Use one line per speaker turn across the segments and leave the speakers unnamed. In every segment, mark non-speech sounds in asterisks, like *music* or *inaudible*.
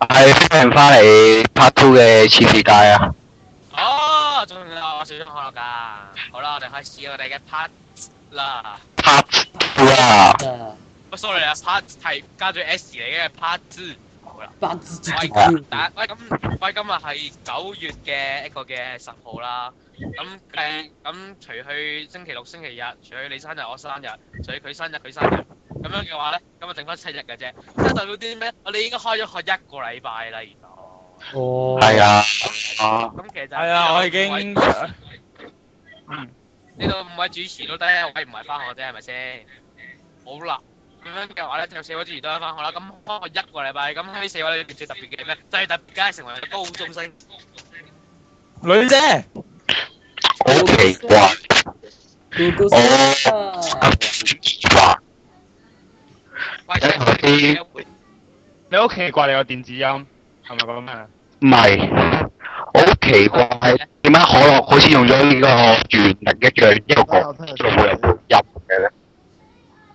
係歡迎翻嚟 Part Two 嘅次世界啊！
哦，仲有我小中可樂噶。好啦，我哋開始我哋嘅 part 啦。
Part Two 啊啦，
Dạ,
不，sorry 啊，part 係加咗 S 嚟嘅 part two。好啦，
八字之
喂，
間
咁大喂咁喂，今日係九月嘅一個嘅十號啦。咁誒咁，除去星期六、星期日，除去你生日、我生日，除去佢生日、佢生日，咁樣嘅話咧，咁啊剩翻七日嘅啫。即係代表啲咩？我哋已經開咗學一個禮拜啦，原來。
哦，
係啊，啊
咁其實
係啊，我已經
呢度五位主持都得一位唔係翻學啫，係咪先？好啦，咁樣嘅話咧，就有四位主持都係翻學啦。咁翻學一個禮拜，咁呢四位你哋最特別嘅咩？最特別梗係成為高中生。
女啫，
好奇怪，
高高
咁奇怪，
喂，啲
你好奇怪你個電子音係咪咁啊？
唔係，我好奇怪點解可樂好似用咗呢個原力一樣一個講仲冇人入嘅咧？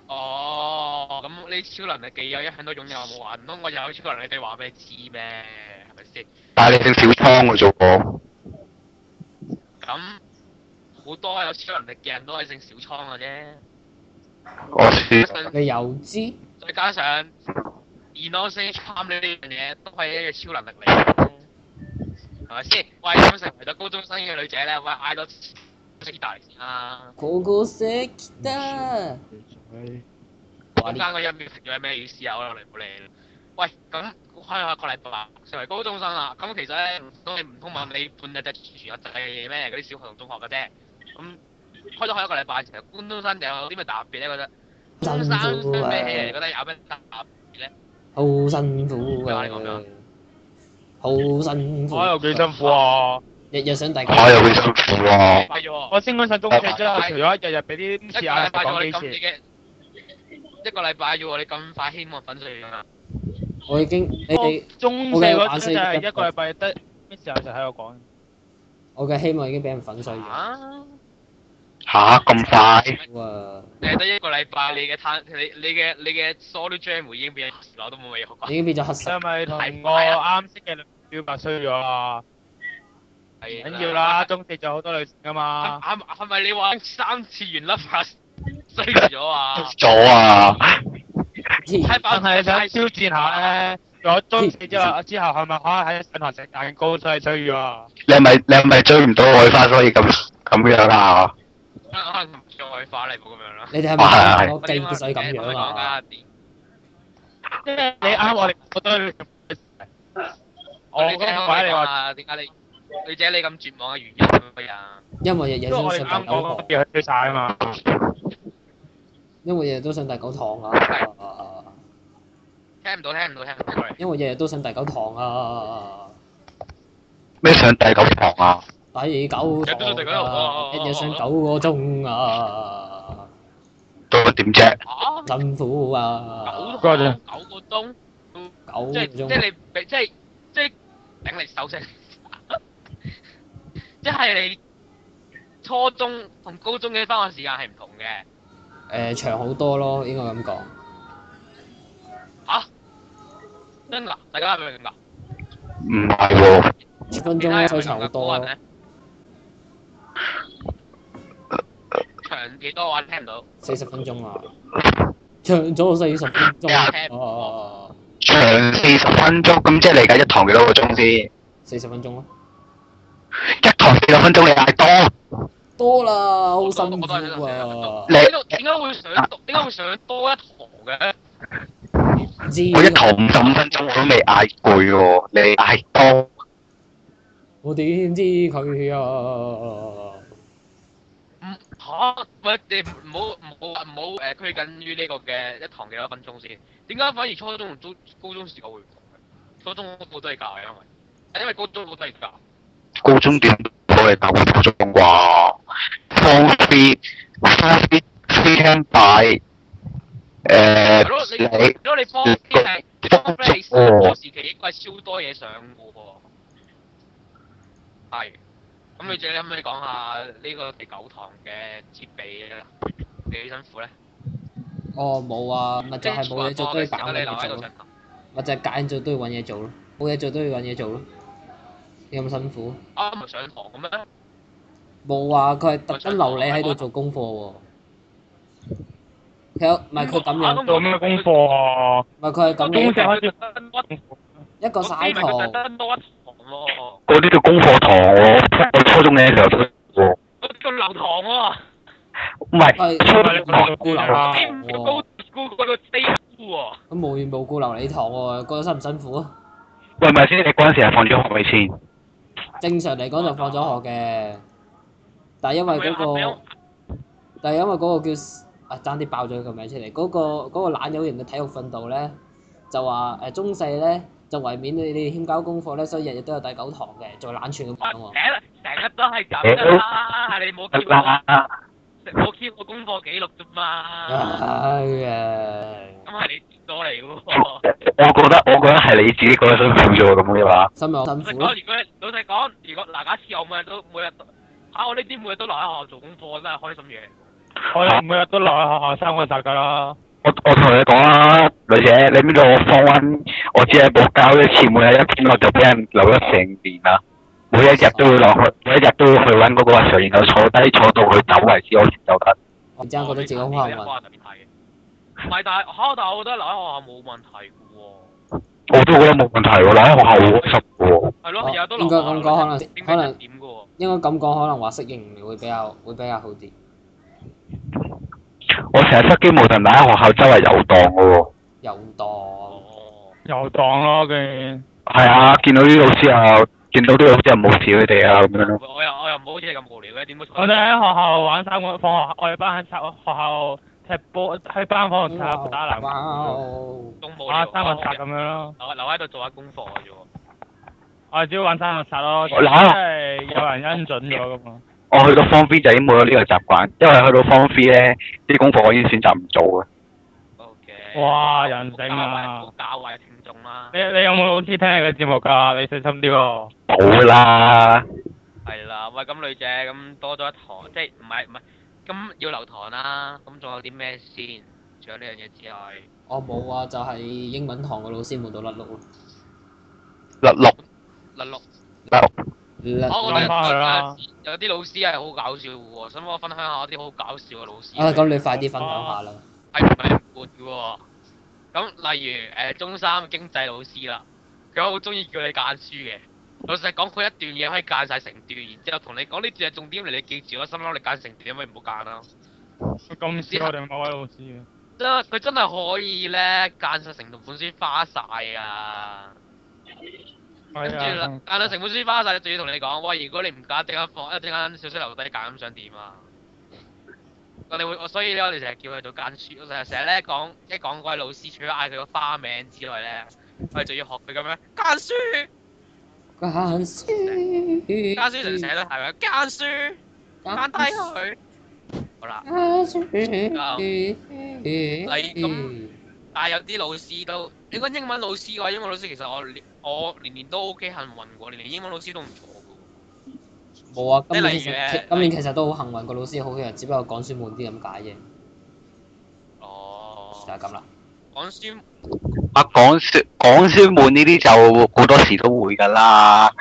哦，咁呢超能力既有一向都擁有，冇話唔通我有超能力，你話俾你知咩？係咪先？
但係你姓小倉嘅啫喎，
咁好多有超能力嘅人都係姓小倉嘅啫。
我知
加上
你又知？
再加上 e n o s i n g charm 呢樣嘢都係一個超能力嚟，係咪先？喂，咁成為咗高中生嘅女仔咧，喂嗌多識大先啦。
高高識得。
中間嗰一秒停咗係咩意思啊？我哋唔好理啦。喂，咁開下個禮拜成為高中生啦，咁其實咧唔通你唔通問你半日就全日制嘅嘢咩？嗰啲小學同中學嘅啫。咁開咗開一個禮拜，其實高中生有啲咩特別咧？覺得高中生相比起嚟，覺得有咩特別咧？
好辛苦嘅，好辛苦。
我又幾辛苦啊！
日日想大家。
我又會辛苦喎，
係喎。
我升嗰陣中四之後，除咗日日
*laughs*
俾啲
一
次
個
眼
禮拜要我哋
講
咁
幾次，
嘅，一個禮拜要我哋咁快希望粉碎啊！
我已經你哋，
中四嗰陣就係一個禮拜得咩時候就喺度講。
我嘅希望已經俾人粉碎咗。
啊！
吓咁快，
哇！
你係得一個禮拜，你嘅攤，你你嘅你嘅 solid jam 已經變咗我都冇嘢學過
已。經變咗黑
你
色。
係咪同我啱識嘅女表白衰咗啊？唔
係
緊要啦，。中四就好多女性噶嘛。
係係咪你玩三次元 love *laughs* 衰咗啊？
咗啊！
係
但係想挑戰下咧，除咗中四之後之後係咪可以喺上堂食蛋糕所以衰咗啊？
你係咪你係咪追唔到我翻，所以咁咁樣啊？
可能再化嚟冇咁樣啦。
你哋係咪我計水咁樣啊？
即係你啱我哋好多女性
我
我嗰個位你話。
話點解你女仔你咁絕望嘅原因係乜嘢啊？
*laughs* 因為日日
因為
都
我哋
想大
啱
狗
講嗰
糖，
邊去晒啊嘛，
因為日日都想大狗糖啊！
聽唔到聽唔到聽唔到過嚟。
因為日日都想大狗糖啊！
咩上第九堂啊？
第九堂啊，一日上九個鐘啊，
到咗點啫？
啊！
辛苦
九
啊，
個鐘，九個鐘，
九個
即係即係
鐘
你俾即係即係頂你手勢， *laughs* 即係你初中同高中嘅翻學時間係唔同嘅。
誒長好多咯，應該咁講。
真㗎，大家係咪明㗎？
唔係喎，
十分
其他
鐘
人
所以
係咪明㗎
長好
高
多啊
人
咯，
咧？長幾多話聽唔到？
四十分鐘啊，長咗四十分鐘啊哦，
長四十分鐘，咁即係你而家一堂幾多個鐘先？
四十分鐘咯，啊
一堂四十分鐘你嗌多，
多啦，好
我都
辛
我都係
苦啊，
你
呢度點解會上多？點解會上多一堂嘅？
唔知啊
我一堂五十五分鐘我都未嗌攰喎，你嗌多，
我點知佢啊？
唔嚇，喂你唔好唔好唔好誒拘謹於呢個嘅一堂幾多分鐘先？點解反而初中同高高中時間會唔同嘅？初中好多嘢教嘅，因為因為高中好多嘢教。
高中段我哋教過高中啩，form three form three three hand by
係
誒
咯，你
你
係咯，你方啲係方啲係小學時期應該係超多嘢上嘅喎。係。咁你最可唔可以講下呢個第九堂嘅設備啦？你幾辛苦咧？
哦，冇啊，咪就係冇嘢做都要搞
你
嘢
留喺度
做咯
上，堂。
咪就係揀咗都要揾嘢做咯。冇嘢做都要揾嘢做咯。你咁辛苦，
啱咪上堂嘅咩？
冇啊！佢係特登留你喺度做功課喎。佢有唔係佢咁樣，
做咩功課啊？
唔係佢係咁
中
樣
石開始
一個晒
我知咪
堂，
佢特登多一堂喎，
嗰啲叫功課堂喎，我初中嘅時候都做過，
我叫留堂喎，
唔係
係
初
你講
中
到
無
孤
辜留
樓
你堂
啊
你唔叫高
喎，
高嗰個 day 喎，
咁無緣無故留你堂喎，覺得辛唔辛苦啊？
喂，咪先，你嗰陣時係放咗學未先？
正常嚟講就放咗學嘅，但係因為嗰、個。但係因為嗰個叫啊爭啲爆咗佢個名出嚟，嗰、個嗰、個懶有型嘅體育訓導咧，就話誒、中四咧就為免你哋欠交功課咧，所以日日都有第九堂嘅，做懶串咁
我
講
成
喎。
日成日都係咁噶啦，你冇 keep 我冇 keep 我功課記錄啫嘛，
唉呀，
咁係你跌咗嚟喎。
我覺得我覺得係你自己覺得辛苦啫喎，咁嘅話。
心有
老
辛
實
苦
講，
咯。
如果老實講，如果嗱假設我每日都每日都啊，我呢啲每日都留喺學校做功課，真係開心嘢。
我哋每日都留喺學校生活實㗎啦。
我我同你講啊，女姐，你邊度我放温，我只係冇交一次，每日一篇我就俾人留咗成年啦。每一日都會落去，每一日都會去温嗰個阿 Sir，然後坐低坐到佢走為止，我先走得。
我真係覺得自己好幸
我呢
運，
關特別睇嘅唔係，但係嚇，但係我覺得留喺學校冇問題嘅喎。
我都覺得冇問題喎，留喺學校好開心嘅喎。
係
哦
咯，日日都留
應該
喺學校
咁講可能
整
可
緊
能
一點嘅喎。
應該咁講，可能話適應會比較會比較好啲。
我成日失機無神，留喺學校周圍遊蕩嘅喎。
遊蕩，
哦，
遊蕩咯，佢
係啊，見到啲老師啊，見到啲老師啊冇事佢哋啊咁樣咯。
我又我又唔好似你咁無聊嘅，點會？
我哋喺學校玩三個放學，我哋班喺學校踢波，喺班房度踢打籃球，
哇
都冇
玩
聊
三個殺咁樣咯。
留留喺度做下功課嘅啫喎。
我哋只要玩啊三個殺咯，即
我嗱
係有人恩準咗啊㗎嘛。
我去到 form three 就已經冇咗呢個習慣，因為去到 form three 咧，啲功課我已經選擇唔做啊嘅。
O K。
哇人性啊
好教壞聽眾啦
你。你有冇好似聽你嘅節目㗎？你細心啲喎。
冇啦，
係啦，喂，咁女仔咁多咗一堂，即係唔係唔係，咁要留堂啦，咁仲有啲咩先？除咗呢樣嘢之外，
我冇啊，就係英文堂個老師悶到甩碌咯。
甩六
甩碌。
甩六。
甩
我
諗
覺
返佢啦
得有啲老師係好搞笑嘅喎，想我分享下啲好搞笑嘅老師。
啊，咁你快啲分享下啦。
係唔係活嘅喎？咁例如誒、呃中三嘅經濟老師啦，佢好中意叫你揀書嘅。老實講，佢一段嘢可以揀晒成段，然之後同你講呢段係重點嚟，你記住我心諗你揀成段，有咩唔好揀啦？
咁少我哋某位老師嘅。
真佢真係可以咧揀晒成本書花晒啊！跟住
係啊
啦，揀到成本書花晒，仲要同你講，喂，如果你唔揀，一陣間放，一陣間小息留低揀，咁想點啊？我哋會，我所以咧，我哋成日叫佢做揀書，我成日成日咧講，一講嗰位老師，除咗嗌佢個花名之外咧，我哋仲要學佢咁樣揀書，
間書，間
揀書成日都係咪？揀書，
嗯
揀低佢。好啦，但係有啲老師都，你講英文老師嘅話，英文老師其實我年我年年都 OK 幸運喎，年年英文老師都唔錯嘅喎。
冇啊，今
即係
年
例
其
如
實
誒
今年其實都好幸運，個老師好嘅，只不過講書悶啲咁解啫，
哦
就，係咁啦。
講書
啊，講書講書悶呢啲就好多時都會㗎啦。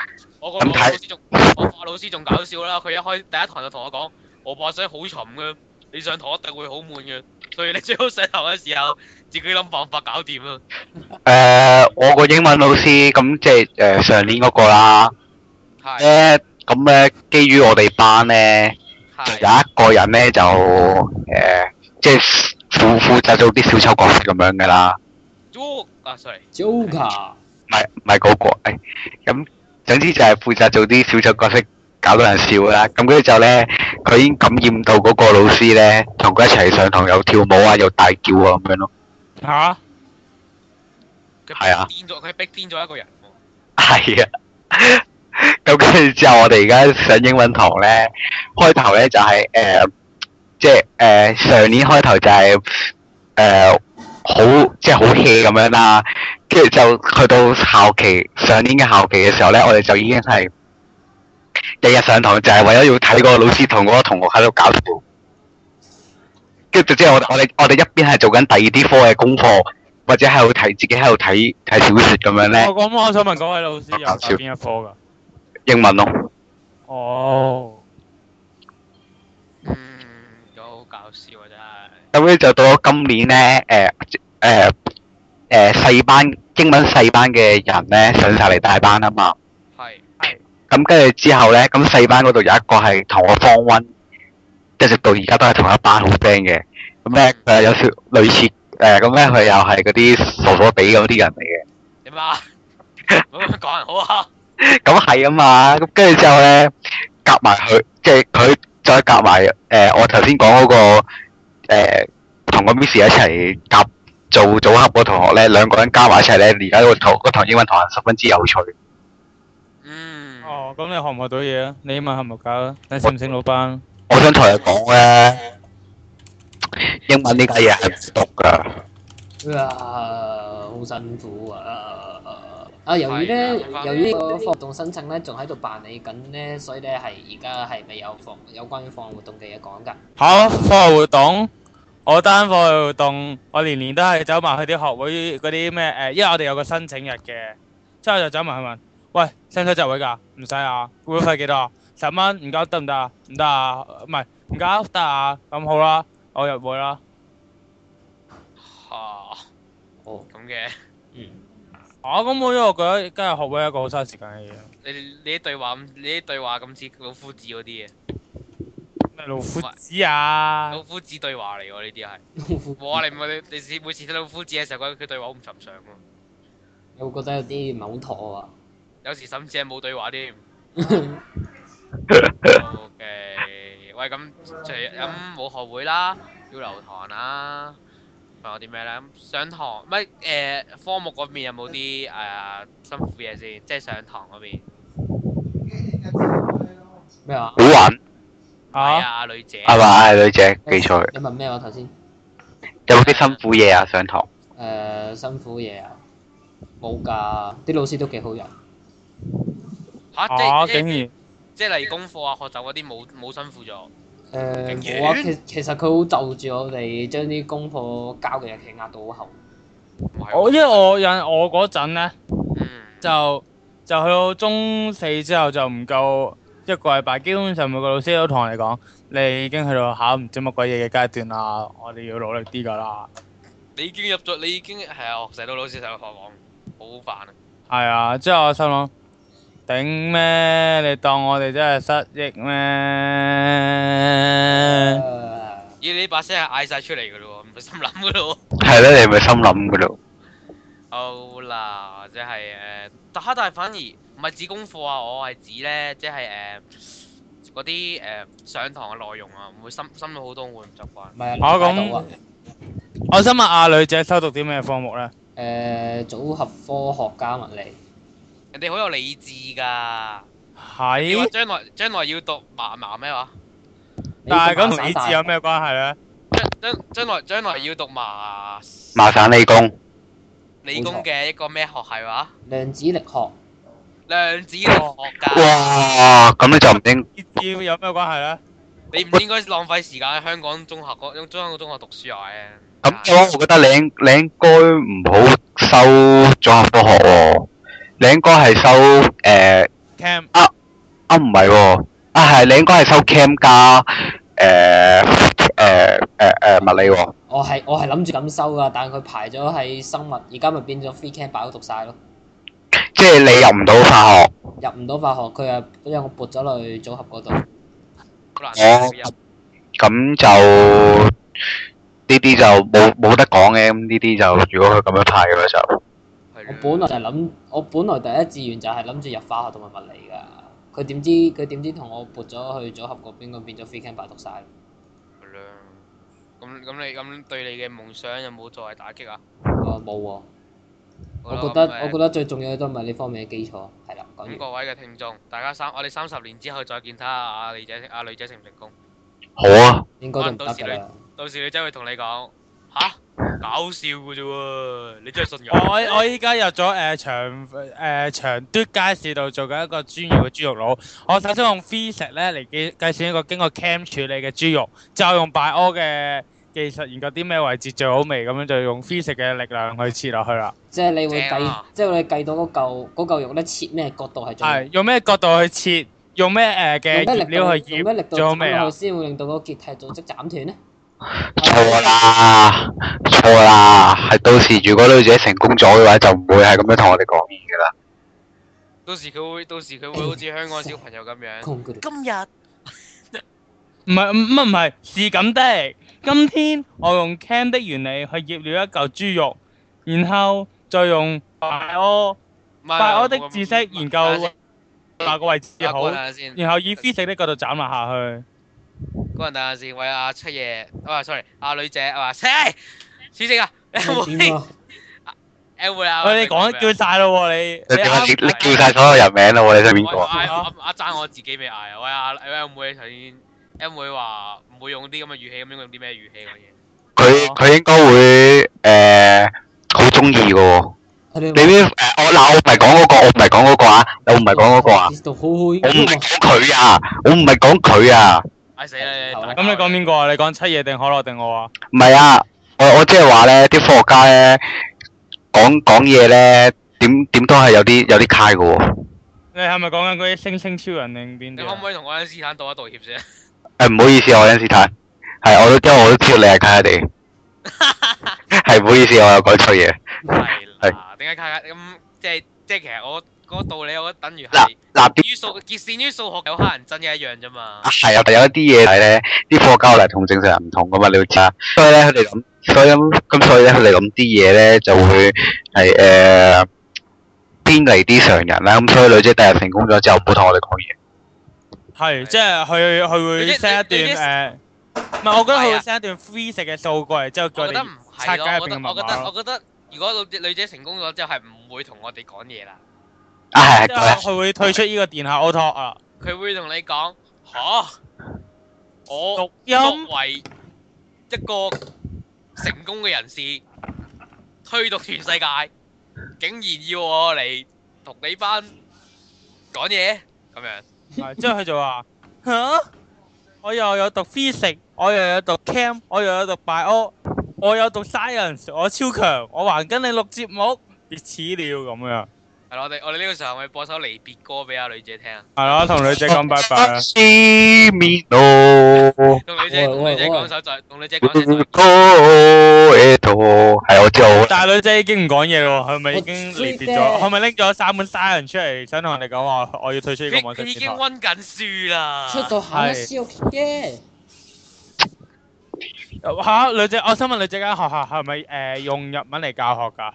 我個
咁睇
老師仲，我個老師仲搞笑啦！佢一開第一堂就同我講：我把聲好沉嘅，你上堂一定會好悶嘅，所以你最好上堂嘅時候自己諗辦法搞掂啊啦。
誒、我個英文老師咁即係誒、上年嗰個啦，
係
咧咁咧，基於我哋班咧。就有
係
一個人咧就誒、呃即係負負責做啲小丑角色咁樣噶啦，
，Jo 啊，sorry，
Joker，
唔係唔係嗰個，誒、咁總之就係負責做啲小丑角色，搞到人笑啦。咁跟住就咧，佢已經感染到嗰個老師咧，同佢一齊上堂又跳舞啊，又大叫啊咁樣咯。
嚇！
佢
係啊
癲咗，佢逼癲咗一個人喎。
係啊，咁跟住之後，我哋而家上英文堂咧，開頭咧就係、呃即係誒、呃上年開頭就係、呃好即係好 hea 咁樣啦，跟住就去到校期上年嘅校期嘅時候咧，我哋就已經係日日上堂就係為咗要睇個老師同嗰個同學喺度搞笑，跟住之後我哋我哋我哋一邊係做緊第二啲科嘅功課，或者喺度睇自己喺度睇睇小説咁樣咧，
我咁我想問嗰位老師有教邊一科㗎？
英文咯。
哦，
嗯，都好搞笑啊真係。
咁咧就到咗今年咧，誒誒誒細班英文細班嘅人咧上晒嚟大班啊嘛。
係係
咁跟住之後咧，咁細班嗰度有一個係同我方温，一直到而家都係同一班好 friend 嘅。咁咧誒有少類似誒，咁咧佢又係嗰啲傻傻地嗰啲人嚟嘅。
點啊？
*laughs*
咁樣講人好啊！
咁係啊嘛，咁跟住之後咧，夾埋佢，即係佢再夾埋呃誒，我頭先講嗰個誒同個 Miss 一齊夾做組合個同學咧，兩個人加埋一齊咧，而家個堂個堂英文堂係十分之有趣。
嗯，
哦，咁你學唔學到嘢啊？你英文係咪搞啊？你升唔升到班？
我想同你講咧，英文呢家嘢係唔讀㗎。
啊，好辛苦啊！啊，由於咧，
係啊
由於呢個課活動申請咧，仲喺度辦理緊咧，所以咧係而家係未有放有關於課外活動嘅嘢講㗎。
嚇，課外活動，我單課外活動，我年年都係走埋去啲學會嗰啲咩誒，因為我哋有個申請日嘅，之後就走埋去問，喂，使唔使集會㗎？唔使啊，會費幾多啊？十蚊唔夠得唔得啊？唔得啊，唔係唔夠得啊，咁好啦，我入會啦。
嚇
哦，
咁嘅，
嗯，
嚇，啊咁我因為我覺得今日學會係一個好嘥時間嘅嘢。
你你啲對話咁，你啲對話咁似老夫子嗰啲嘢，
咩老夫子啊？
老夫子對話嚟喎呢啲係。
老 *laughs* 夫
哇！你唔係你你每次睇到夫子嘅時候，覺得佢對話好唔尋常喎。
我覺得有啲唔係好妥啊。
有時甚至係冇對話添。O K，喂，咁除咁冇學會啦，要留堂啦，仲有啲咩咧？上堂唔係誒科目嗰邊有冇啲誒辛苦嘢先？即係上堂嗰邊。
咩話？
好玩
係
嚇
啊，女姐。
係嘛？女姐記錯，
你問咩話頭先？
有冇啲辛苦嘢啊？上堂
誒，辛苦嘢啊？冇㗎，啲老師都幾好人。
嚇！啊即
嚇，
係
啊竟
即係
然
即係例如功課啊、學習嗰啲冇冇辛苦咗。
誒
竟
冇啊，
然
其其實佢好就住我哋將啲功課交嘅日期壓到好後。
唔係喎
我因為我引我嗰陣咧。
嗯
就就去到中四之後就唔夠一個禮拜，基本上每個老師都同我哋講：你已經去到考唔知乜鬼嘢嘅階段啦，我哋要努力啲㗎啦。
你已經入咗，你已經係啊！我成日到老師上課講，好煩啊！
係啊，之後我心諗頂咩？你當我哋真係失憶咩？
誒
咦，你把聲係嗌晒出嚟嘅咯喎，唔係心諗嘅咯喎。
係咧，你咪心諗噶咯。
好啦，哦即係呃誒，但係但係反而唔係指功課啊，我係指咧，即係誒嗰啲誒上堂嘅內容啊，唔會深深到好多，我會唔習慣
唔。係啊，
好
理解到啊。
我想問阿女仔修讀啲咩科目呢？
誒組合科學加物理，
人哋好有理智㗎。你話
係，
將來將來要讀麻麻咩話？
但係咁
你
同
讀
理
麻
智
省
有咩關係呢？
將將將來將來要讀麻
麻省理工
理工嘅一個咩學系話？
大量子力學？
量子力學㗎。
哇，咁你就唔應
理智有咩關係呢？
你唔應該浪費時間喺香港中學嗰中香港中學讀書啊！
咁嘅話，我覺得你應你應該唔好收綜合科學喎，你應該係收誒
cam
啊唔係喎，啊係你應該係收 cam 加呃誒誒誒呃誒物理喎。
我係我係諗住咁收㗎，但係佢排咗喺生物，而家咪變咗 free camp 擺咗讀晒咯，
即係你入唔到化學，
入唔到化學，佢又將我撥咗落去組合嗰度。
好難
我咁就呢啲就冇冇得講嘅。咁呢啲就如果佢咁樣派嘅話就。
我本來就係諗，我本來第一志願就係諗住入化學同埋物理㗎，佢點知佢點知同我撥咗去組合嗰邊，咁變咗 free camp 擺讀晒。
係啦咁咁你咁對你嘅夢想有冇作為打擊啊？
啊冇喎，
好
我
啦
覺得
咁誒
我覺得最重要嘅都唔係呢方面嘅基礎，係啦，講
咁
完。
各位嘅聽眾，大家三我哋三十年之後再見，睇下阿女仔阿女仔成唔成功。
好啊，
應該都唔得㗎啦。
到時女仔會同你講吓，搞笑嘅啫喎，你真係信
我
我？
我依家入咗誒長誒長嘟街市度做緊一個專業嘅豬肉佬，我首先用 physics 咧嚟計計算一個經過 cam 處理嘅豬肉，就用 bio 嘅嘅技術研究啲咩位置最好味，咁樣就用 physics 嘅力量去切落去啦。
即係你會
正
計
啊，
即係你計到嗰嚿嗰嚿肉咧切咩角度係最
係用咩角度去切，用咩誒
用咩
嘅醃
力度
料去
用咩
醃，
力度
最好味
斬
啊
落去！先會令到嗰個結締組織斬斷咧？
錯啦，錯啦，係到時如果女仔成功咗嘅話，就唔會係咁樣同我哋講嘢噶啦。
到時佢會，到時佢會好似香港小朋友咁樣。
窮佢哋
今日
唔係唔唔唔係是咁的。今天我用 cam 的原理去醃料一嚿豬肉，然後再用拜柯
唔係
拜柯的知識研究哪個位置
好。
好
等，下先，
然後以 physics 的角度斬落下去。
嗰人等下先，喂阿七爺，啊 sorry，阿女姐，啊切，小姐 *laughs* 啊，你有
你點
冇？
啊？
誒會啊！
喂，你講叫晒咯喎，你
你
你
點啊你
啱
你叫晒所有人名啦喎，你想邊個
我
啊？
嗌我阿爭我自己未嗌啊！喂阿喂阿妹頭先，阿妹話唔會用啲咁嘅語氣，咁應該用啲咩語氣講嘢？
佢佢應該會誒好中意噶喎。
你
你
你
邊誒我嗱我唔係講嗰個，我唔係講嗰個啊，我唔係講嗰個啊，
度好好應
我唔係
該
講佢啊，我唔係講佢啊，
唉死啦！
咁你講邊個啊？你講七嘢定可樂定我啊？
唔係啊，我我即係話咧，啲科學家咧講講嘢咧，點點都係有啲有啲卡噶喎。
你係咪講緊嗰啲星星超人定邊
你
啲
可唔
啊？
可以同愛因斯坦道一道歉先？
誒唔好意思，愛因斯坦，係我都因為我都知道你係卡卡地，係唔好意思，我有講錯嘢。
係啦，點解卡卡咁？即係即係其實我嗰個道理，我覺得等於
嗱
係
嗱啲
於數結善於數學有黑人憎嘅一樣啫嘛。
係啊，但有一啲嘢係咧，啲科學家嚟同正常人唔同噶嘛，你要知啊。所以咧，佢哋諗，所以咁咁，所以咧，佢哋諗啲嘢咧就會係誒、呃偏離啲常人啦。咁所以女仔第日成功咗之後，唔好同我哋講嘢。
係，即係佢佢會
你啲
send
你你
一段誒，唔係我覺得佢
唔係
會
啊
send 一段 free 食嘅數據，之
我
後叫
覺
你
得唔係
拆解
咯，
入
我覺
邊
得我覺
嘅密
得
碼
我
咯。
覺得如果女女仔成功咗之後係唔會同我哋講嘢啦，
啊係
即
係
係，佢會退出呢個電下 auto 啊，
佢會同你講嚇我
錄音
作為一個成功嘅人士，推動全世界，竟然要我嚟同你班講嘢咁樣。
係之後佢就話嚇，我又有讀 physics，我又有讀 chem，我又有讀 bio，我有讀 science，我超強，我還跟你錄節目，別此了咁樣。
*laughs* 係咯，我哋我哋呢個時候咪播首離別歌俾阿女姐聽啊，
係咯，同女仔講拜拜啊！
See me no
同女姐
喂
同女姐
喂
講首再，同女姐講首再。
go at all 係我知道
但係女仔已經唔講嘢咯，佢咪已經離別
我
咗？佢咪拎咗三本 science 出嚟，想同人哋講話，我要退出呢個網
佢
上
佢已
電
經
台。
温緊書啦。
出到行一燒嘅，
嚇，女仔，我想問女仔間學校係咪誒用日文嚟教學㗎？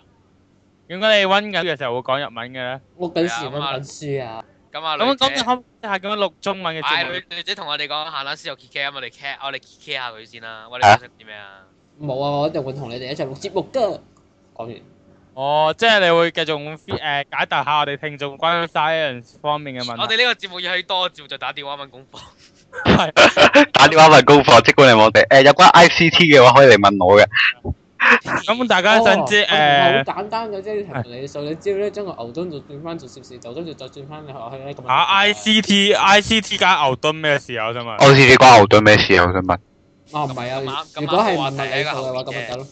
點解你温緊嘅時候會講日文嘅咧？
我幾時温緊書啊？
咁啊，女
咁
姐
咁你可唔可以係咁樣錄中文嘅
唉，
節目
女？女姐同我哋講下啦，先有 K K 咁，我哋 K 我哋 K K 下佢先啦。喂，你想食啲咩啊？
冇啊！我一定會同你哋一齊錄節目㗎。講完。
哦，即係你會繼續用 fe- 誒解答下我哋聽眾關於 science 方面嘅
我
問
哋呢
題。
個節目要去多照就打電話問 *laughs* 功課。
係
打電話問功課，即管嚟我哋。誒、有關 ICT 嘅話，可以嚟問我嘅。
咁大家想知呃
哦係
誒
好簡單嘅啫，呢條你數，你只要咧將個牛頓就轉翻做攝氏，牛頓就再轉翻你學去咧咁。
嚇 ICT ICT 加牛頓咩事啊？我想問。
ICT 關牛頓咩事啊？我想問。
啊，唔係
咁
啊
啱，咁啱
如果係
我話
問物理數嘅話，
第一個
咁咪得咯。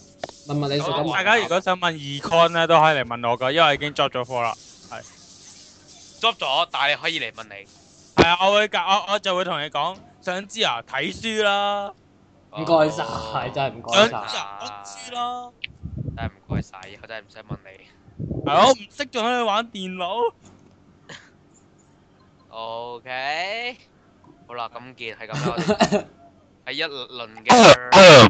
問物理數咁
咁
咪
大家如果想問 econ 咧，都可以嚟問我噶，因為已經 drop 咗課啦。
drop 咗，但係你可以嚟問你。
係啊，我會教我我就會同你講，想知啊睇書啦，
唔該晒，真係唔該
想知
晒。
啊温書啦，
真係唔該晒，以後真係唔使問你。
係我唔識仲喺度玩電腦。
OK，好啦，咁
*laughs*
既然係咁啦，我哋喺一輪嘅
係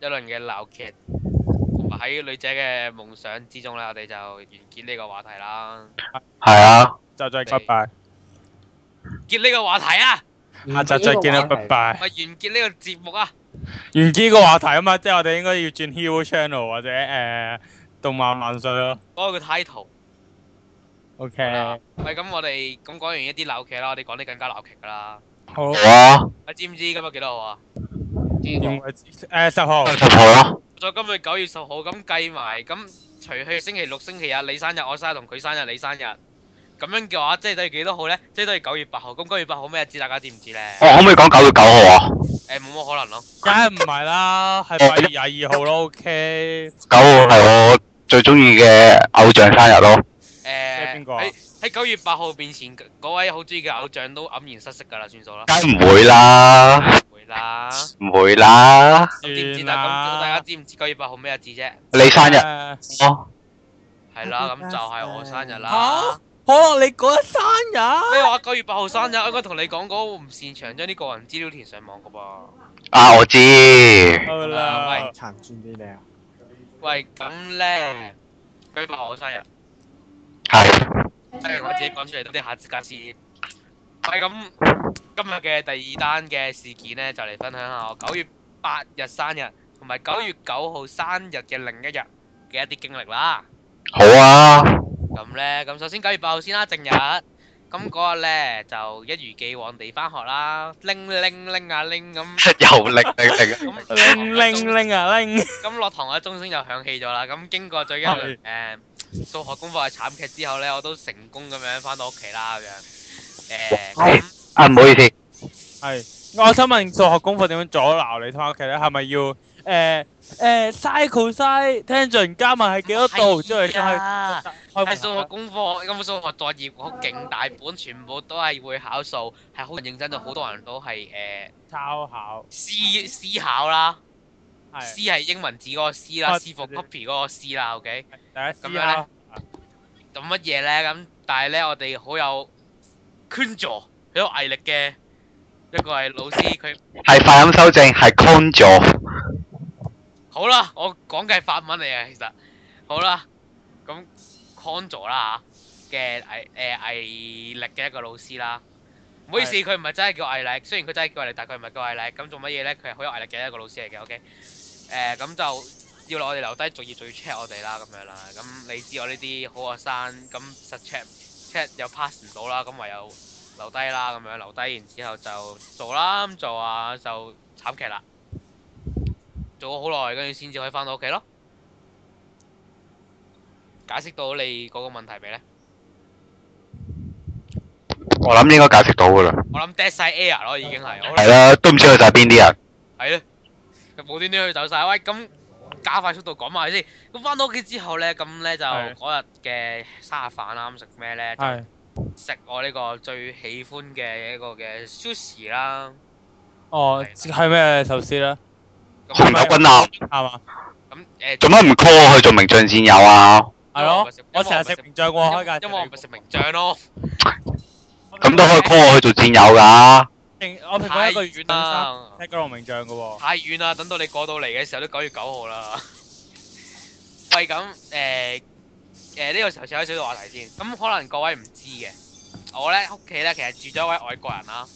一輪嘅鬧劇，同埋喺女仔嘅夢想之中咧，我哋就完結呢個話題啦。
啊。
就再拜拜，
結呢個話題啊，
下集再見啦，拜拜。
咪完結呢個節目啊！
完結個話題啊嘛，即係我哋應該要轉 Hero Channel 或者誒動漫萬歲咯。
嗰個 title。
OK，
喂，咁我哋咁講完一啲鬧劇啦，我哋講啲更加鬧劇噶啦。
好，
好啊，
你知唔知今日幾多號啊？
用誒十號，
十號咯。
再今日九月十號，咁計埋，咁除去星期六、星期日你生日、我生日同佢生日、你生日，咁樣嘅話，即係等於幾多號咧？即係等於九月八號。咁九月八號咩日子？大家知唔知咧？
哦
我可唔可以講九月九號啊？
誒，冇乜可能咯。
梗係唔係啦，係八月廿二號咯，OK。
九號係我最中意嘅偶像生日咯。
誒，
邊個啊
喺喺九月八號面前，嗰位好中意嘅偶像都黯然失色㗎啦，算數啦。
梗唔會啦，
會啦。
唔會啦，
咁知唔知
算
啊？
啦
咁大家知唔知九月八號咩日子啫？
你生日
誒
咯，
係啦，咁就係我生日啦
嚇。可樂，你嗰日生日？
咩話？九月八號生日，我應該同你講過，我唔擅長將啲個人資料填上網噶噃。
啊我知，
好
喂
啦，
殘尊啲你啊！
喂，咁咧，九月八號我生日，
係
誒我自己講出嚟，等啲下次家先。喂，咁今日嘅第二單嘅事件咧，就嚟分享下我九月八日生日同埋九月九號生日嘅另一日嘅一啲經歷啦。
好啊，
咁咧，咁首先九月八號先啦，正日。咁嗰日咧就一如既往地翻學啦，拎拎拎啊拎咁。
又力力力。
咁
拎拎拎啊拎！
咁落堂嘅鐘聲就響起咗啦。咁經過最近誒
係
數學功課嘅慘劇之後咧，我都成功咁樣翻到屋企啦咁樣。誒咁
啊，唔好意思，
係，我想問數學功課點樣阻撓你翻屋企咧？係咪要誒誒 cycle side tangent 加埋係幾多度之類？
係
開
啊
開
係數學功課，咁數學作業好勁大本，全部都係會考數，係好認真到好多人都係誒
抄考
思思考啦，思
係
係英文字嗰個思啦，
啊
思復 copy 嗰個思啦，OK。
第
咁樣
一次
咧
啦。
做乜嘢咧？咁但係咧，我哋好有捐助、好有毅力嘅一個係老師，佢
係發音修正，係 con 咗，
好啦，我講嘅係法文嚟嘅，其實好啦，咁 con 咗啦嚇嘅毅誒毅力嘅一個老師啦。唔好意思，佢唔係真係叫毅力，雖然佢真係叫毅力，但係佢唔係叫毅力。咁做乜嘢咧？佢係好有毅力嘅一個老師嚟嘅。OK，誒、咁就要我哋留低作業，仲要 check 我哋啦，咁樣啦。咁你知我呢啲好學生，咁實 check check 又 pass 唔到啦，咁唯有留低啦，咁樣留低，然之後就做啦，咁做啊就慘劇啦，做咗好耐，跟住先至可以翻到屋企咯。解釋到你嗰個問題未咧？
我諗應該解釋到噶啦。
我諗 dead 晒 air
*laughs*
咯，已經係。好啦
係啦，都唔知佢就係邊啲人。
係咯，佢無端端去走晒。喂，咁加快速度講埋先。咁翻到屋企之後咧，咁咧就
係
嗰日嘅生日飯啦，咁食咩咧？就
係
食我呢個最喜歡嘅一個嘅 sushi 啦。
哦，係咩壽司咧？
紅
咁
友軍艦
係嘛？
咁誒，
做乜唔 call 我去做名將戰友啊？
係咯，我成日食名醬喎，開介。
因為我唔係食名將咯，
咁都可以 call 我去做戰友噶。
我平均
太
一個月
遠啦，
踢九龍名將嘅喎。
太遠啦。等到你過到嚟嘅時候都九月九號啦。 *laughs* 喂，咁誒誒呢個時候扯開少少話題先。咁可能各位唔知嘅，我咧屋企咧其實住咗一位外國人啦。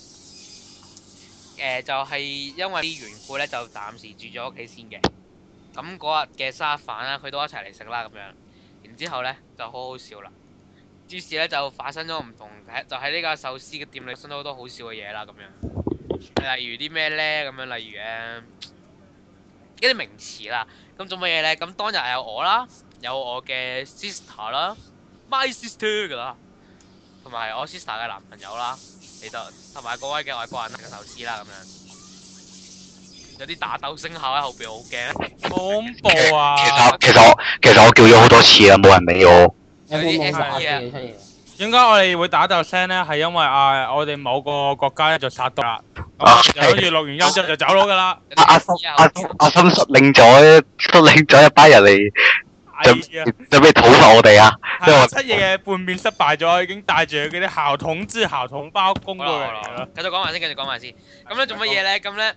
誒、就係、因為啲緣故咧，就暫時住咗屋企先嘅。咁嗰日嘅沙飯啦，佢都一齊嚟食啦咁樣。然之後咧就好好笑啦。於是咧就發生咗唔同，喺就喺呢個壽司嘅店裏發生咗好多好笑嘅嘢啦咁樣。例如啲咩咧咁樣，例如誒、一啲名詞啦。咁做乜嘢咧？咁當日係有我啦，有我嘅 sister 啦，my sister 噶啦，同埋我 sister 嘅男朋友啦。你就同埋嗰位嘅外國人嘅壽司啦，咁樣有啲打鬥聲效喺後邊，好驚。
恐怖啊！
其
*laughs*
實其實我其實我叫咗好多次啦，冇人理我。
有冇
有啲
冇打
SE
嘅
啊
嘢出現？
點解我哋會打鬥聲咧？係因為啊，我哋某個國家咧就殺到啦，
啊
咁就跟住錄完音之後就走佬
*laughs*
噶啦。
有
阿阿
啲
森
獅啊
阿森阿森率領咗率領咗一班人嚟，
哎呀！
準備討伐我哋啊！即係
係
話
七嘢嘅叛變失敗咗，已經帶住佢嗰啲校筒之校筒包攻過
好啦
嚟
好
啦
啦。，繼續講埋先，繼續講埋先。咁咧做乜嘢咧？咁咧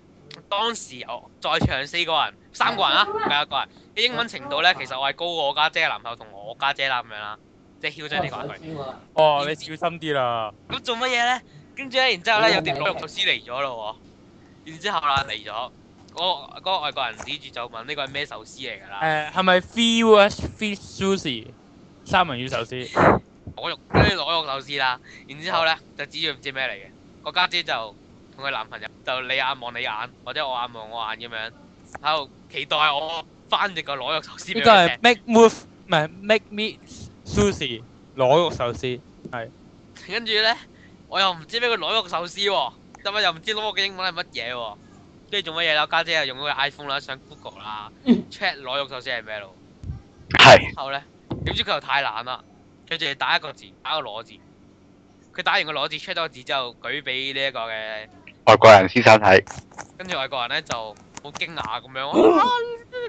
當時我在場四個人，三個人啊，唔係一個人。啲英文程度咧，其實我係高過我家姐嘅男朋友同我家姐啦，咁樣啦，即係囂張啲講一句。
哦，你小心啲啦。
咁做乜嘢咧？跟住咧，然之後咧有啲老師嚟咗咯喎，然之後啦嚟咗，嗰嗰個外國人指住就問呢個係咩壽司嚟㗎啦？
誒，係咪 Three Words Fish Sushi 三文魚壽司？
攞肉，跟住攞肉壽司啦。然之
哦
後咧就指住唔知咩嚟嘅，個家姐就同佢男朋友就你眼望你眼，或者我眼望我眼咁樣，喺度期待我翻譯個攞肉壽司俾
呢個
佢
係
聽。
Make Move 唔係 Make Me Sushi 裸肉壽司。係
跟住咧，我又唔知俾佢攞咗個壽司喎，咁啊又唔知攞我嘅英文係乜嘢喎，跟住做乜嘢啦？家姐又用咗個 iPhone 啦，上 Google 啦，check
嗯
攞肉壽司係咩咯？
係
後咧，點知佢又太懶啦，佢淨係打一個字，打個攞字。佢打完個攞字 check 多個字之後，舉俾呢一個嘅，
外國人先生 *laughs* 睇，
跟住外國人咧就好驚訝咁樣，
*laughs*
啊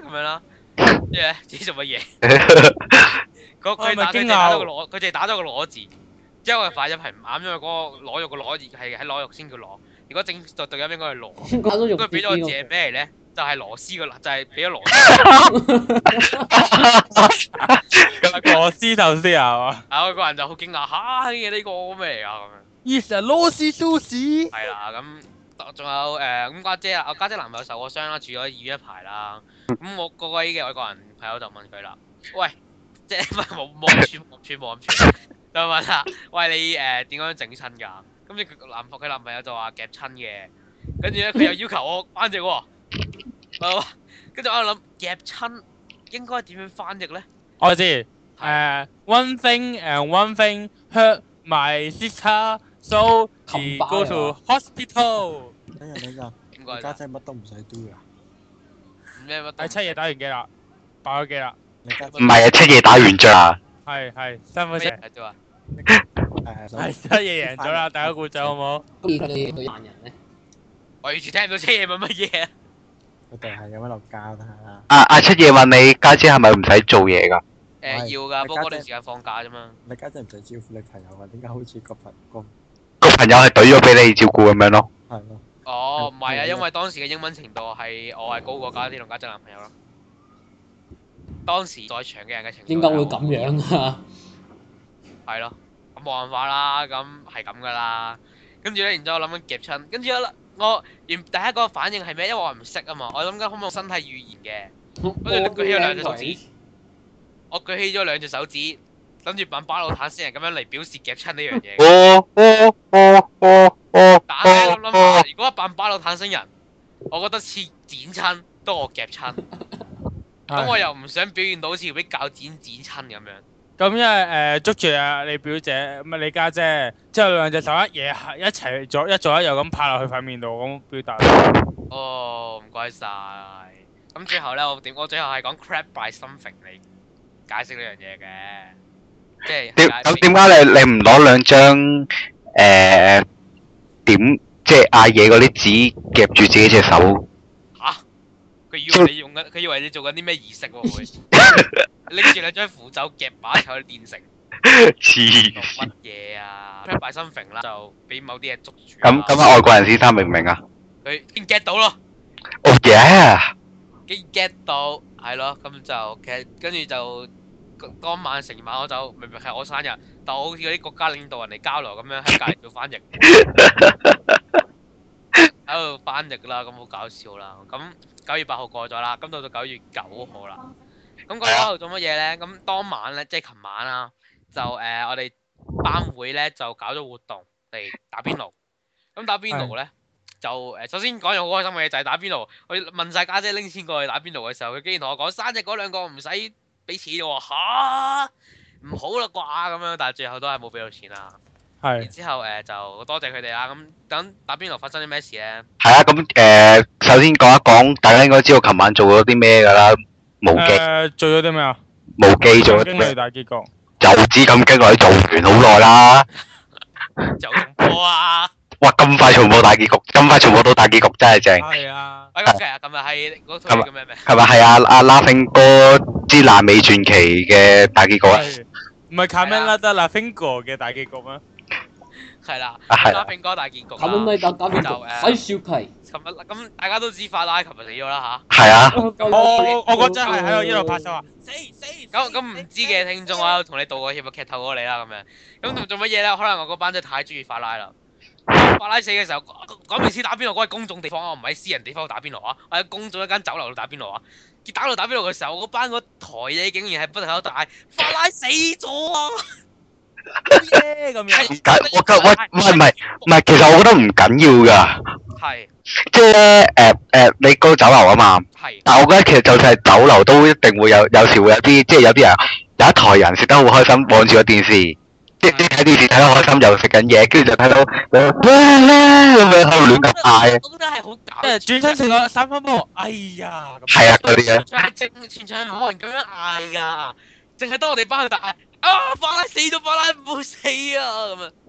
咁樣啦，跟住咧知做乜嘢？嗰
啊
佢
咪
打佢
驚
淨打咗個
訝
攞，佢淨係打咗個攞字，之後佢發音係唔啱，因為嗰個攞肉個攞字係喺攞肉先叫攞，如果整到對音應該係攞。
打咗肉
咁佢俾咗
碟
個字
呢
係咩嚟咧？就係螺絲個啦，就係俾咗螺絲。
螺絲壽司啊
啊，個人就好驚訝，嚇呢個呢個咩嚟啊咁樣。
，is a 螺絲壽司。
係啦，咁仲有誒咁家姐啊，我家姐男朋友受過傷啦，住咗醫院一排啦。
嗯
咁我嗰位嘅外國人朋友就問佢啦：，喂，即係唔係冇冇咁穿冇咁穿冇咁穿，就問啦：，喂你誒點樣整親㗎？跟住佢男佢男朋友就話夾親嘅，跟住咧佢又要求我翻譯喎，係嘛跟住我諗夾親應該點樣翻譯咧？
我知，誒，one thing and one thing hurt my sister, so she
冚巴
go
嚟
to
啊
hospital。
等陣等陣，
應
你
該
家
就
姐乜都唔使啊 do 噶，
咩乜都
第七嘢打完機啦，爆咗機啦，
你家姐
唔係啊，七夜打完仗啊，
係係，辛苦
咩啊
晒，
嚟啫嘛？
誒
*laughs* 係七嘢贏咗啦，大家鼓掌好唔好？
咁而佢哋對萬人咧，
我完全聽唔到車嘢問乜嘢啊！
佢哋係咁樣落啊教啦，
阿阿七夜問你家姐係咪唔使做嘢㗎？
誒
係
要㗎，
你
不過嗰
家
段
姐
時間放假啫嘛。
你家姐唔使招呼你朋友啊？點解好似個朋個
個朋友係懟咗俾你照顧咁樣咯。
係咯？
哦，唔係啊，
嗯
因為當時嘅英文程度係我係高過家姐同家姐男朋友咯。當時在場嘅人嘅程度
點解會咁？樣啊？
係咯，咁冇辦法啦，咁係咁噶啦。跟住咧，然之後我諗緊夾親，跟住咧我原第一個反應係咩？因為我唔識啊嘛，我諗緊可唔可以用身體語言跟住佢有兩隻手指嘅，我舉起咗兩隻手指，諗住扮巴魯坦星人咁樣嚟表示夾親呢樣嘢。 *laughs*
哦哦哦哦哦
但係諗
哦
諗
哦
下，如果扮巴魯坦星人，我覺得似剪親多過夾親。咁我
係
又唔想表現到好似俾鉸剪剪親咁樣，
咁因為誒捉住啊你表姐，唔係你家姐，之後兩隻手一嘢一齊左一左一右咁拍落去塊面度咁表達。
哦唔該晒。咁最後咧，我點我最後係講 crap by something 嚟解釋呢樣嘢嘅，即係
點
解
咁點解你你唔攞兩張 Ờ, 誒點即係阿嘢嗰啲紙夾住自己隻手？
佢以為你用緊，佢以為你做緊啲咩儀
*laughs*
式喎會，拎住兩張符咒夾把手去
*laughs*
練成
黐
做乜嘢啊？crap by something 啦，就俾某啲嘢捉住啦。
咁咁啊，外國人先生明唔明啊？
佢已經 get 到咯。
哦耶！
跟 get 到，係咯，咁就其實跟住就嗰當晚成晚我就明明係我生日，但我好似嗰啲國家領導人嚟交流咁樣喺隔離做翻譯，喺度翻譯啦，咁好搞笑啦。咁九月八號過咗啦，咁到到九月九號啦。咁九月九號做乜嘢咧？咁當晚咧，即係琴晚啦，就誒、呃我哋班會咧就搞咗活動嚟打邊爐。咁打邊爐咧就誒、呃首先講樣好開心嘅嘢就係打邊爐。我問晒家姐拎錢過去打邊爐嘅時候，佢竟然同我講生日嗰兩個唔使俾錢喎吓，唔好啦啩咁樣，但係最後都係冇俾到錢啦。然
係
之後誒、呃就多謝佢哋啦。咁等打邊爐發生啲咩事咧？
係啊，咁誒，首先講一講，大家應該知道琴晚做咗啲咩㗎啦。無記
誒做咗啲咩啊？
無記做咗啲
經
咩
理？大結局。
就知咁經理做完好耐啦。
就重播啊！
哇！咁快全部大結局，咁快全部到大結局，真係正。
係啊，
喂，咁其實咁日係嗰套叫咩名？
係咪係啊？阿 Laughing 哥之南美傳奇嘅大結局啊？
係唔係卡咩啦得啦，Finger 嘅大結局咩？
係啦，
啊係啊
打炳哥大結局
咁啊樣
啦。
你打打邊
就誒
爐洗雪皮，
琴日咁大家都知法拉琴日死咗啦
係啊。
我我我嗰陣係喺度一路拍手啊！死死死
吓，咁咁唔知嘅聽眾，我喺度同你道個歉，劇透咗你啦咁樣。咁仲做乜嘢咧？可能我嗰班真係太中意法拉啦。法拉死嘅時候，講明先打邊爐，嗰係公眾地方啊，我唔喺私人地方打邊爐啊，我喺公眾一間酒樓度打邊爐啊。結打到打邊爐嘅時候，我嗰班嗰台嘢竟然係不停喺度大嗌法拉死咗啊！
耶哎咁樣。
解我覺我唔係唔係唔係，其實我覺得唔緊要㗎，
係
即係咧誒誒，你個酒樓啊嘛，
係
但我覺得其實就算係酒樓都一定會有有時會有啲，即係有啲人有一台人食得好開心，望住個電視，即係睇電視睇得開心又食緊嘢，跟住就睇到咁樣喺度亂咁嗌，
我覺得係好搞
哎即係
笑。
轉身食個三分波，哎呀！咁
係啊嗰啲啊，
但係正全場冇人咁樣嗌㗎，淨係當我哋班人大嗌啊！法拉死咗，法拉唔好死啊！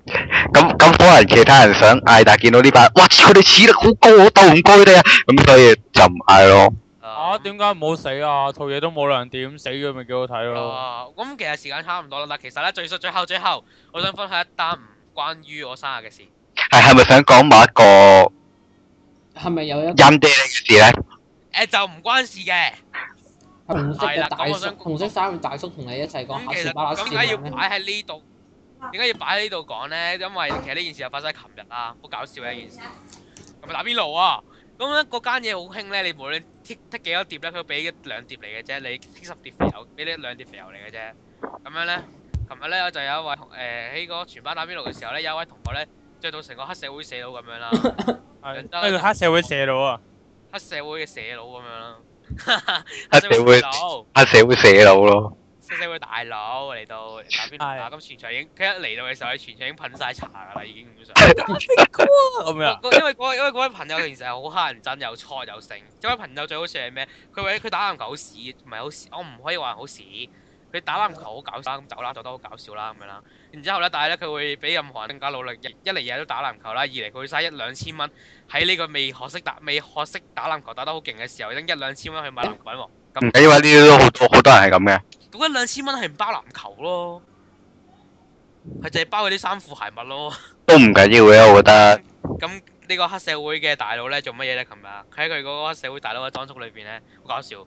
咁啊，
咁咁可能其他人想嗌，但係見到呢班，哇！佢哋似得好高，我鬥唔過佢哋啊，咁所以就唔嗌咯。
啊，點解冇死啊？套嘢都冇亮點，死咗咪幾好睇咯。
啊，咁其實時間差唔多啦。嗱，其實咧最最後最後，我想分享一單唔關於我生日嘅事。
係係咪想講某一個
係咪有一個
陰爹嘅事咧？
誒就唔關事嘅，
紅色
係啦
嘅大
咁我
叔，
想
紅色衫嘅大叔同你一齊講
咁
下
其
士
實
巴拉
咁
斯
點解要
文咧？
擺喺呢度？點解要擺喺呢度講咧？因為其實呢件事就發生喺琴日啦，好搞笑嘅一件事。咁咪打邊爐啊！咁咧嗰間嘢好興咧，你無論剔剔幾多碟咧，佢俾一兩碟嚟嘅啫，你剔十碟肥油，俾你一兩碟肥油嚟嘅啫。咁樣咧，琴日咧我就有一位同誒喺個全班打邊爐嘅時候咧，有一位同學咧着到成個黑社會社佬咁樣啦，
係，因為黑社會射到啊！
黑社會嘅社佬咁樣 *laughs* 啦，
黑社會
佬。
黑社會社佬咯，
社社會大佬嚟到打邊爐啊啦，咁全場已經佢一嚟到嘅時候，佢全場已經噴晒茶噶啦，已經咁上。
咁樣
因為嗰因為嗰位朋友其實係好乞人憎，又錯又剩。嗰位朋友最好笑係咩？佢為佢打籃球好屎，唔係好屎，我唔可以話人好屎。佢打籃球好搞笑啦，咁走啦，做得好搞笑啦咁樣啦。然之後咧，但係咧佢會比任何人更加努力。一嚟日日都打籃球啦，二嚟佢會嘥一兩千蚊喺呢個未學識打未學識打籃球打得好勁嘅時候，拎一兩千蚊去買籃球喎。
唔緊要啊！呢啲都好多好多人係咁嘅。
嗰一兩千蚊係唔包籃球咯，係就係包嗰啲衫褲鞋襪咯。 *laughs*
都唔緊要嘅，我覺得。
咁呢個黑社會嘅大佬咧做乜嘢咧？琴日喺佢嗰個黑社會大佬嘅裝束裏邊咧，好搞笑。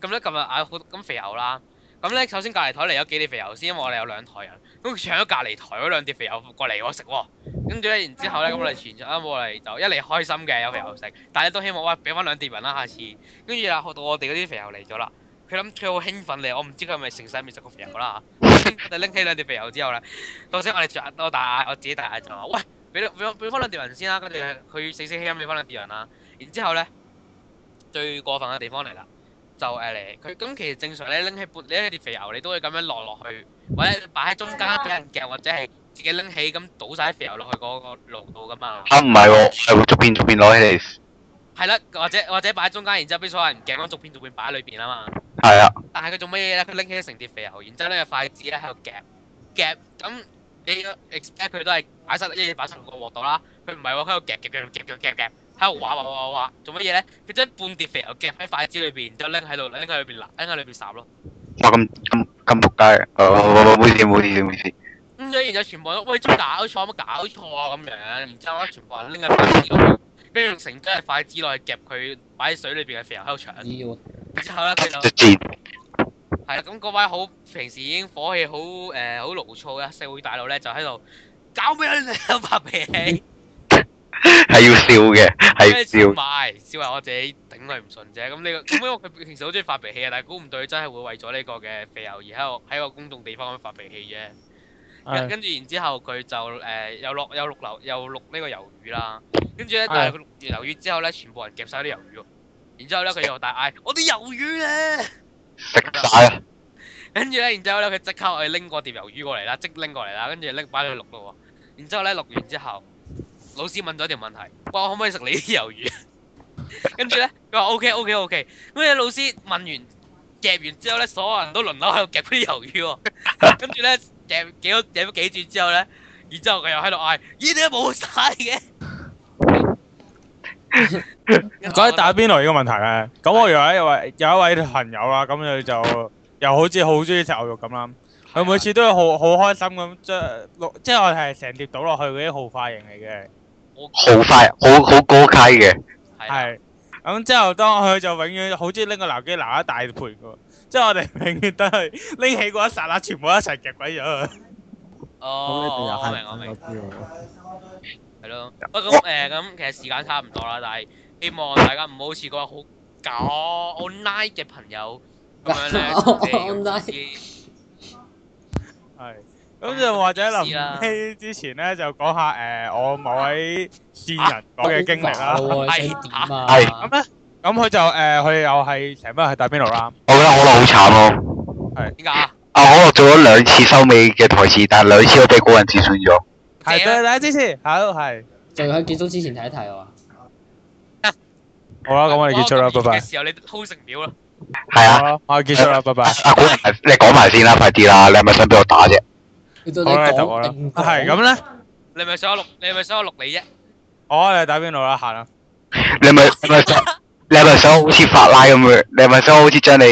咁咧琴日嗌好咁肥牛啦。咁咧首先隔離台嚟有幾碟肥牛先，因為我哋有兩台人。咁佢搶咗隔離台嗰兩碟肥牛過嚟我食喎。跟住咧，然之後咧，咁我哋全咗我哋就一嚟開心嘅有肥牛食，但係都希望喂俾翻兩碟人啦，下次。跟住啦，學到我哋嗰啲肥牛嚟咗啦。佢諗佢好興奮嚟，我唔知佢係咪成世未食過肥牛啦嚇。我哋拎起兩碟肥牛之後咧，到時我哋著我大嗌，我自己大嗌就話喂。俾咗俾咗俾翻兩碟人先啦，跟住佢死死氣咁俾翻兩碟人啦。然之後咧，最過分嘅地方嚟啦，就誒嚟佢咁其實正常咧拎起半拎起碟肥牛，你都會咁樣落落去，或者擺喺中間俾人夾，或者係自己拎起咁倒晒啲肥牛落去嗰個爐度噶嘛。
啊，唔係喎，我係會逐片逐片攞起嚟。
係啦，或者或者擺喺中間，然之後俾所有人夾咁逐片逐片擺喺裏邊啊嘛。
係啊，
但係佢做乜嘢咧？佢拎起成碟肥牛，然之後呢個筷子咧喺度夾夾，咁你 expect 佢都係擺晒一嘢擺晒落個鑊度啦。佢唔係喎，佢喺度夾夾夾夾夾夾夾，喺度畫畫畫畫畫，做乜嘢咧？佢將半碟肥牛夾喺筷子裏邊，然之後拎喺度拎喺裏邊揦，拎喺裏邊烚咯。
哇咁咁咁仆街，哦誒冇事冇事冇事，
咁所以然之後全部都喂，搞錯乜搞錯啊咁樣，然之後咧全部人拎喺筷子度，跟住用成張嘅筷子落去夾佢擺喺水裏邊嘅肥牛喺度搶。
要
然之後咧佢就
就賤
係啦，咁嗰位好平時已經火氣好誒好勞躁嘅社會大佬咧，就喺度搞咩
*laughs*
啊你兩發脾氣，
係要笑嘅，係要笑。
笑埋笑係我自己頂佢唔順啫。咁
*laughs*
呢個咁因為佢平時好中意發脾氣啊，但係估唔到佢真係會為咗呢個嘅肥牛而喺個喺個公眾地方咁發脾氣啫。跟
係
跟住然之後佢就誒又落又錄流又錄呢個魷魚啦，跟住咧
係
但係佢錄完魷魚之後咧，全部人夾晒啲魷魚喎。然之後咧佢又大嗌：我啲魷魚咧！
食晒啊！
*laughs*
跟住咧，然之後咧，佢即刻我哋拎個碟魷魚過嚟啦，即拎過嚟啦，跟住拎擺佢錄咯喎。然之後咧，錄完之後，老師問咗一條問題：，喂，我可唔可以食你啲魷魚？跟住咧，佢話 O K O K O K。跟住老師問完夾完之後咧，所有人都輪流喺度夾嗰啲魷
*laughs*
魚喎。跟住咧夾幾多夾咗幾轉之後咧，然之後佢又喺度嗌：咦，點解冇晒
*laughs*
嘅？
講起打邊爐呢個問題咧，咁我有一位有一位朋友啦，咁佢
*laughs*
就又好似好中意食牛肉咁啦。佢每次都係好好開心咁將落，即係我哋係成碟倒落去嗰啲豪化型嚟嘅，
我
好快，好好高階嘅，
係啊
係。咁之後當佢就永遠好中意拎個鬧雞鬧一大盤嘅喎，即係
*laughs*
我哋永遠都係拎起嗰一剎那，全部一齊夾鬼咗佢。
哦，我明我
咁
明
你。哋又係
係咯，不過咁誒咁其實時間差唔多啦，但係希望大家唔好好似嗰個好搞 online 嘅朋友咁樣咧，
Online
即係
係。咁就或者
試
臨尾之前咧，就講下誒、我某位線人講嘅經歷啦。
係點啊？
係
咁咧，咁佢就誒，佢、又係成班人去打邊爐啦。
我覺得可樂好慘咯。
點解啊？
啱阿可樂做咗兩次收尾嘅台詞，但兩次都俾高人自選咗。
係對大家支持，好係。
就喺結束之前睇一睇啊！
好啦，咁我哋結束啦，拜拜
嘅。時候你 hold 成秒啦，
係啊，
好啦，我哋結束啦，拜拜。
阿古人，你講埋先啦，快啲啦！你係咪想俾我打啫？
你到底
好啦，就我
講
啦。
定唔講
係咁咧，
你咪想我錄，你咪想我錄你啫。
我哋打邊爐啦，行啦。
你係咪你係咪想你係咪想好似法拉咁樣？你係咪想好似將你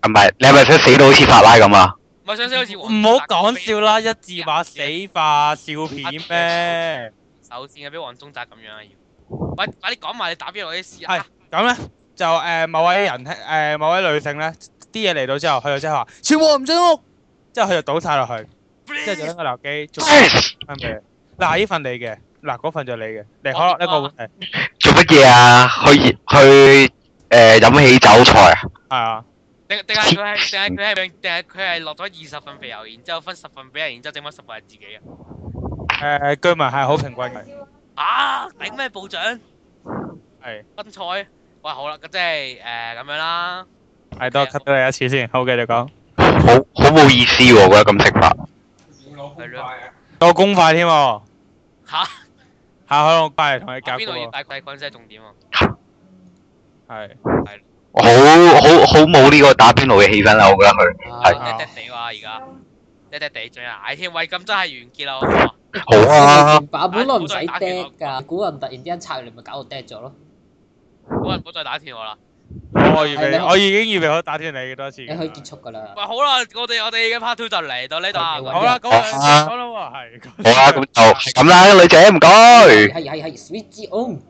啊唔係？你係咪想死到好似法拉咁啊？
咪想想好似
唔好講笑啦，一字馬死化笑片咩？
首先係俾黃宗澤咁樣啊要。喂，快啲講埋你打邊爐啲事
係
啊！
咁咧，就誒某位人誒某位女性咧，啲嘢嚟到之後，佢就即刻話：全部唔準屋，之後佢就倒晒落去，之後就拎個留機做翻俾你。嗱，呢份你嘅，嗱嗰份就你嘅，你可樂呢個會係
做乜嘢啊？去去誒飲喜酒菜啊？
係啊，
定定係佢係定係佢係定係佢係落咗二十份肥油，然之後分十份俾人，然之後整翻十份係自己啊！
誒居民係好平均嘅，
啊！頂咩部長？
係
分菜？喂，好啦，咁即係誒咁樣啦。
係啊多 cut 咗你一次先，好繼續講。
好好冇意思喎！我覺得咁食法。
係咯。
多公快添喎，
嚇！
下可樂快嚟同你夾
邊度要
嘅喎，
大概菌先係重點啊？
係
好好好冇呢個打邊爐嘅氣氛啦，啊我覺得佢
係
嗲嗲地哇，而家嗲嗲地仲有矮添，喂，咁真係完結啦！好唔好啊
好啊！
版本我唔使釘㗎，古人突然之間拆完咪搞我釘咗咯。
好啊唔好再打斷我啦。
我預
係你
備，我已經預備好打斷你幾多次
你
㗎啦。
可以結束㗎啦
喂，。好啦，我哋我哋嘅 part two 就嚟到呢度啦。
好啦，咁我哋講啦喎，係。
啊好啦，咁就係咁啦，女仔唔該。
係係係，Switch on。